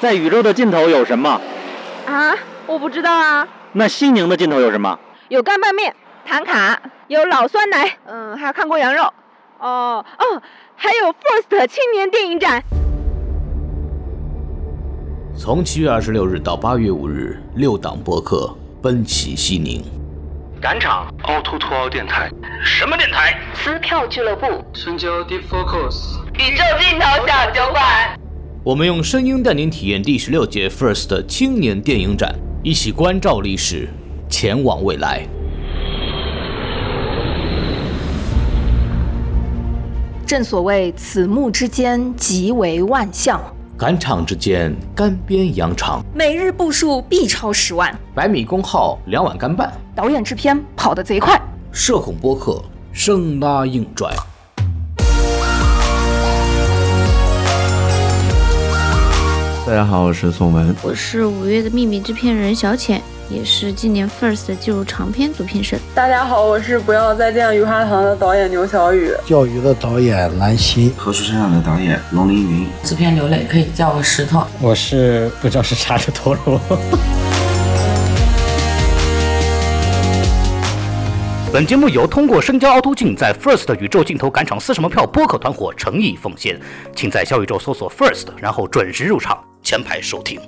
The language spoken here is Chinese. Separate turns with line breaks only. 在宇宙的尽头有什么？
啊，我不知道啊。
那西宁的尽头有什么？
有干拌面、糖卡，有老酸奶，嗯，还有炝锅羊肉。哦哦，还有 First 青年电影展。
从七月二十六日到八月五日，六档播客奔袭西宁。
赶场凹凸凸凹电台，什么电台？
撕票俱乐部，
深交 Deep Focus，
宇宙尽头小酒馆。
我们用声音带您体验第十六届 First 青年电影展，一起关照历史，前往未来。
正所谓此目之间，即为万象。
赶场之间，干煸羊肠，
每日步数必超十万。
百米公号两碗干拌，
导演制片跑得贼快。
社恐播客生拉硬拽。
大家好，我是宋文，
我是五月的秘密制片人小浅，也是今年 First 进入长片组评审。
大家好，我是不要再见于哈堂的导演牛小雨，
钓鱼的导演兰溪，
何书山上的导演龙凌云，
制片刘磊可以叫我石头，
我是不知道是啥的陀螺。
本节目由通过深交凹凸镜在 First 宇宙尽头赶场撕什么票播客团伙诚意奉献，请在小宇宙搜索 First，然后准时入场前排收听。